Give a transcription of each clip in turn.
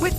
With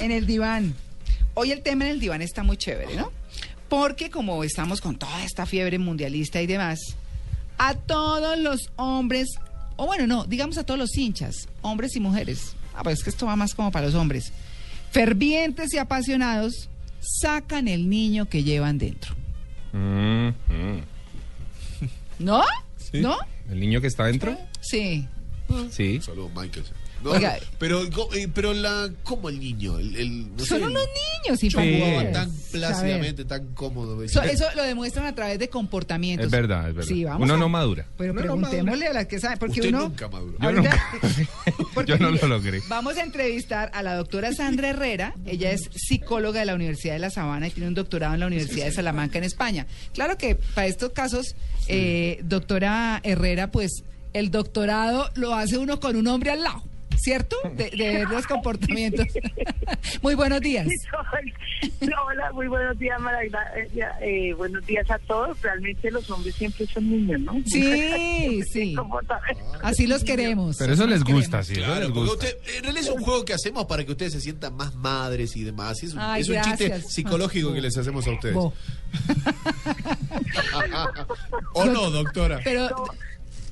En el diván. Hoy el tema en el diván está muy chévere, ¿no? Porque como estamos con toda esta fiebre mundialista y demás, a todos los hombres, o bueno, no, digamos a todos los hinchas, hombres y mujeres, ah, pero es que esto va más como para los hombres, fervientes y apasionados, sacan el niño que llevan dentro. ¿No? ¿No? ¿El niño que está dentro? Sí. Sí. Saludos, Michael. No, Oiga. pero, co- eh, pero la, ¿cómo el niño? El, el- no Son sé, unos niños jugaba infantiles. tan A ver. plácidamente, tan cómodo. So- eso lo demuestran a través de comportamientos. Eh, Es verdad, es verdad. Sí, vamos Uno a- Pues, no madura. Pero Uno no preguntémosle a las que saben, porque Usted uno... nunca maduró. Yo Ahorita- porque Yo no mire, lo logré. Vamos a entrevistar a la doctora Sandra Herrera. Ella es psicóloga de la Universidad de La Sabana y tiene un doctorado en la Universidad de Salamanca en España. Claro que para estos casos, eh, doctora Herrera, pues el doctorado lo hace uno con un hombre al lado, ¿cierto? De, de ver los comportamientos. Muy buenos días. Hola, muy buenos días, Maragda. Eh, ya, eh, buenos días a todos. Realmente los hombres siempre son niños, ¿no? Sí, sí. ¿Cómo sabes? Así los queremos. Pero eso les Los queremos. gusta, sí. eso Claro, les porque gusta. usted, en realidad es un juego que hacemos para que ustedes se sientan más madres y demás. Es un, Ay, es un chiste gracias. psicológico que les hacemos a ustedes. Bo. ¿O no, doctora? Pero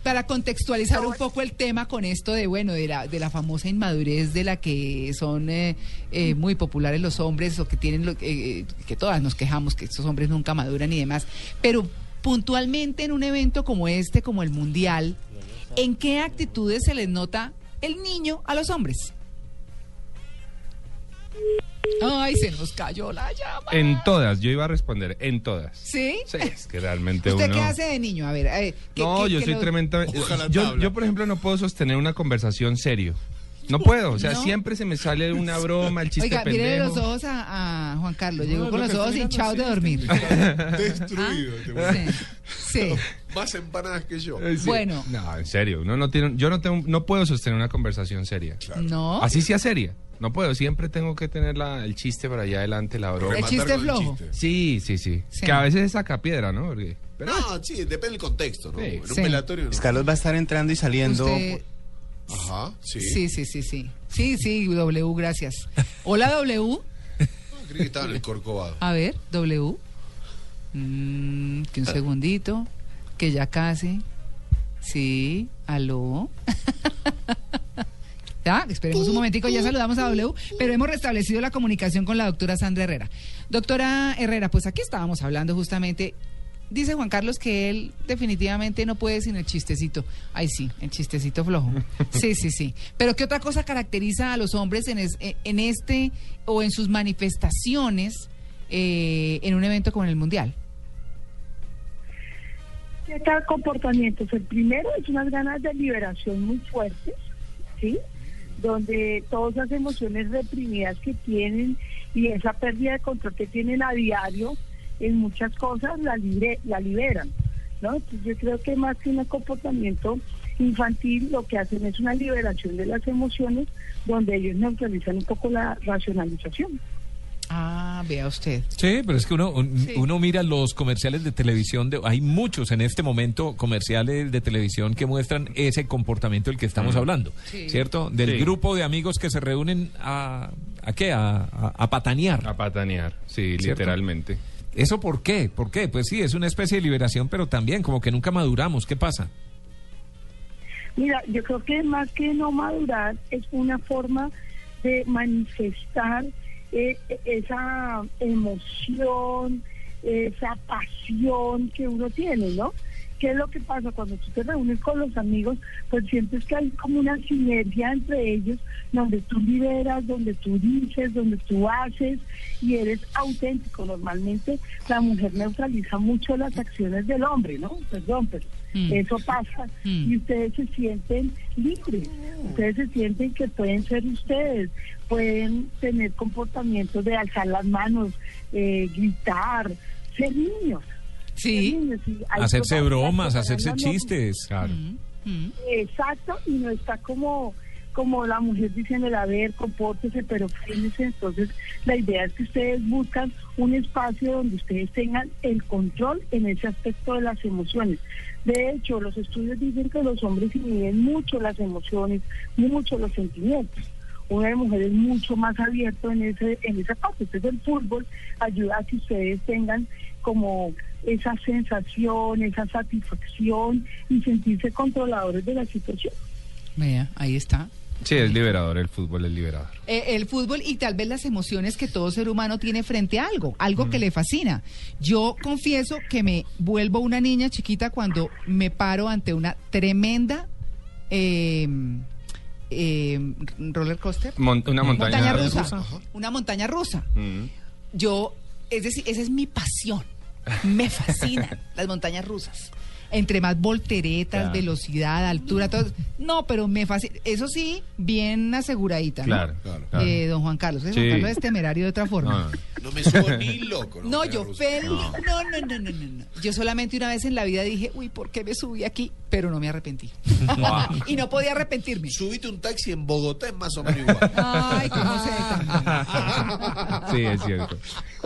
para contextualizar un poco el tema con esto de bueno de la, de la famosa inmadurez de la que son eh, eh, muy populares los hombres o que tienen lo, eh, que todas nos quejamos que estos hombres nunca maduran y demás, pero puntualmente en un evento como este, como el mundial, ¿en qué actitudes se les nota el niño a los hombres? Ay, se nos cayó la llama. En todas, yo iba a responder, en todas. ¿Sí? Sí, es que realmente ¿Usted uno... qué hace de niño? A ver, eh, ¿qué- no, qué- yo qué soy lo- tremenda... Busca la Yo, tabla. yo, por ejemplo, no puedo sostener una conversación serio. No puedo, o sea, No. siempre se me sale una broma, el chiste Oiga, pendejo. mire los ojos a, a Juan Carlos. Llegó No, con lo los que ojos estoy hinchados de mirando, dormir. Destruido. te voy a- Sí, Ah, sí. Más empanadas que yo. Eh, sí. Bueno. No, en serio, uno no tiene, yo no tengo, no puedo sostener una conversación seria. No. Así sea seria. No puedo, siempre tengo que tener la- el chiste para allá adelante, la broma. El Rematar chiste con flojo. Sí, sí, sí, Sí. Que a veces es saca piedra, ¿no? Porque- pero No, sí, depende del contexto, ¿no? Sí, en un sí. velatorio no. Carlos va a estar entrando y saliendo. Usted- Ajá, sí. sí, sí, sí, sí. Sí, sí, W, gracias. Hola, W. No, Ah, creí que estaba en el corcovado. A ver, W. Mm, que un Ah. segundito. Que ya casi. Sí, aló. Ya, esperemos un momentico, ya saludamos a W, pero hemos restablecido la comunicación con la doctora Sandra Herrera. Doctora Herrera, pues aquí estábamos hablando justamente, dice Juan Carlos que él definitivamente no puede sin el chistecito. Ay, sí, el chistecito flojo. Sí, sí, sí. Pero ¿qué otra cosa caracteriza a los hombres en, es- en este o en sus manifestaciones eh, en un evento como en el Mundial? ¿Qué tal comportamientos? El primero es unas ganas de liberación muy fuertes, ¿sí? Donde todas las emociones reprimidas que tienen y esa pérdida de control que tienen a diario en muchas cosas la, libre- la liberan, ¿no? Entonces yo creo que más que un comportamiento infantil lo que hacen es una liberación de las emociones donde ellos neutralizan un poco la racionalización. Ah, vea usted. Sí, pero es que uno, un- Sí. uno mira los comerciales de televisión, de, hay muchos en este momento comerciales de televisión que muestran ese comportamiento del que estamos hablando, Sí. ¿cierto? Del Sí. grupo de amigos que se reúnen a, ¿a qué? A, a- a patanear. a patanear, sí, ¿Cierto? literalmente. ¿Eso por qué? ¿Por qué? Pues sí, es una especie de liberación, pero también como que nunca maduramos. ¿Qué pasa? Mira, yo creo que más que no madurar es una forma de manifestar eh, esa emoción, esa pasión que uno tiene, ¿no? ¿Qué es lo que pasa cuando tú te reúnes con los amigos? Pues sientes que hay como una sinergia entre ellos, donde tú liberas, donde tú dices, donde tú haces y eres auténtico. Normalmente la mujer neutraliza mucho las acciones del hombre, ¿no? Perdón, pero Mm. Eso pasa Mm. y ustedes se sienten libres, ustedes se sienten que pueden ser ustedes, pueden tener comportamientos de alzar las manos, eh, gritar, ser niños. Sí. ser niños, y hay Hacerse cosas bromas, que hacerse todavía no- chistes. Claro. pues, Mm. Exacto, y no está como como la mujer dice en el haber, compórtese, pero fíjense. Entonces, la idea es que ustedes buscan un espacio donde ustedes tengan el control en ese aspecto de las emociones. De hecho, los estudios dicen que los hombres inhiben mucho las emociones, mucho los sentimientos. Una de mujer es mucho más abierto en ese en esa parte. Entonces, el fútbol ayuda a que ustedes tengan como esa sensación, esa satisfacción y sentirse controladores de la situación. Vea, ahí está. Sí, es liberador, el fútbol es liberador. Eh, el fútbol y tal vez las emociones que todo ser humano tiene frente a algo, algo que le fascina. Yo confieso que me vuelvo una niña chiquita cuando me paro ante una tremenda eh, eh, roller coaster. Mon- una montaña, Montaña rusa. Una montaña rusa. Mm. Yo, es decir, esa es mi pasión. Me fascinan las montañas rusas. Entre más volteretas, Claro. velocidad, altura, todo. No, pero me fascina. Eso sí, bien aseguradita. ¿no? Claro, Claro. claro. Eh, don Juan Carlos. eh, Juan Sí. Carlos es temerario de otra forma. No, no. No me subo ni loco. No, Montaña yo rusa. feliz. No, no, no, no, no, no. Yo solamente una vez en la vida dije, uy, ¿por qué me subí aquí? Pero no me arrepentí. y no podía arrepentirme. Subite un taxi en Bogotá es más o menos igual. Ay, cómo se determina. Ah. Sí, es cierto.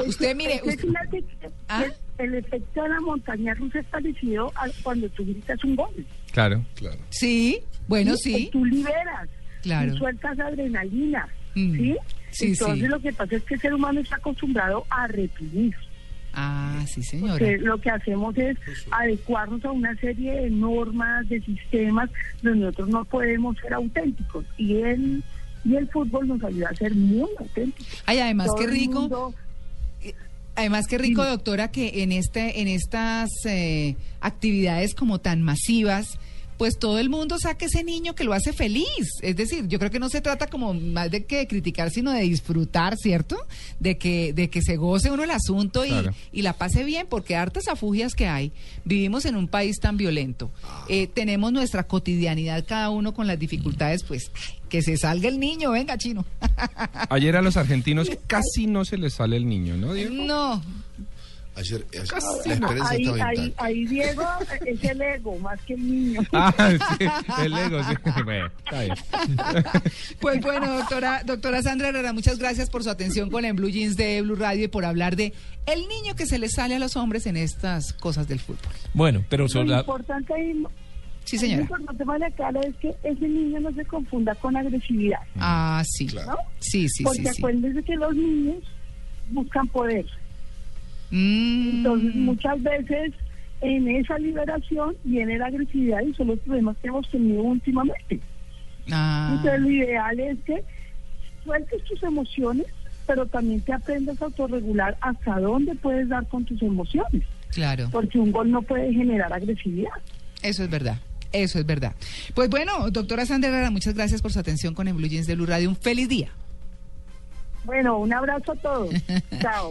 Usted, mire, Es usted- que fíjate que ¿Ah? El efecto de la montaña rusa es parecido a cuando tú gritas un gol. eh, Claro. Claro. sí, bueno, sí. Tú liberas, Claro. tú sueltas adrenalina, Mm. ¿sí? Sí, Entonces sí. lo que pasa es que el ser humano está acostumbrado a reprimir. Ah, sí, señora. Porque lo que hacemos es adecuarnos a una serie de normas, de sistemas, donde nosotros no podemos ser auténticos. Y el, y el fútbol nos ayuda a ser muy auténticos. Ay, además Todo qué el rico, mundo- además qué rico, doctora, que en este, en estas eh, actividades como tan masivas, pues todo el mundo saque ese niño que lo hace feliz. Es decir, yo creo que no se trata como más de que de criticar, sino de disfrutar, ¿cierto? De que, de que se goce uno el asunto y, Claro. y la pase bien, porque hartas afugias que hay. Vivimos en un país tan violento. Eh, tenemos nuestra cotidianidad cada uno con las dificultades, pues ay, que se salga el niño, venga chino. Ayer a los argentinos casi no se les sale el niño, ¿no, Diego? no. Ayer, ayer Casi la no. experiencia Ahí, estaba ahí, intacta. ahí Diego es el ego más que el niño. Ah, sí, el ego, sí. Bueno, está bien. Pues bueno, doctora, doctora Sandra Herrera, muchas gracias por su atención con el Blue Jeans de Blue Radio y por hablar de el niño que se le sale a los hombres en estas cosas del fútbol. Bueno, pero Lo son la- importante ahí, pues, Sí, lo señora. importante María Clara, es que ese niño no se confunda con agresividad, Ah, sí. ¿no? Sí, sí, sí. Porque sí. acuérdense que los niños buscan poder. Mm, Entonces, muchas veces en esa liberación viene la agresividad y son los problemas que hemos tenido últimamente. ah, Entonces, lo ideal es que sueltes tus emociones, pero también te aprendas a autorregular hasta dónde puedes dar con tus emociones, claro. porque un gol no puede generar agresividad. Eso es verdad. Eso es verdad. Pues bueno, doctora Sandra Herrera, muchas gracias por su atención con el Blue Jeans de Blue Radio. Un feliz día. Bueno, un abrazo a todos. Chao.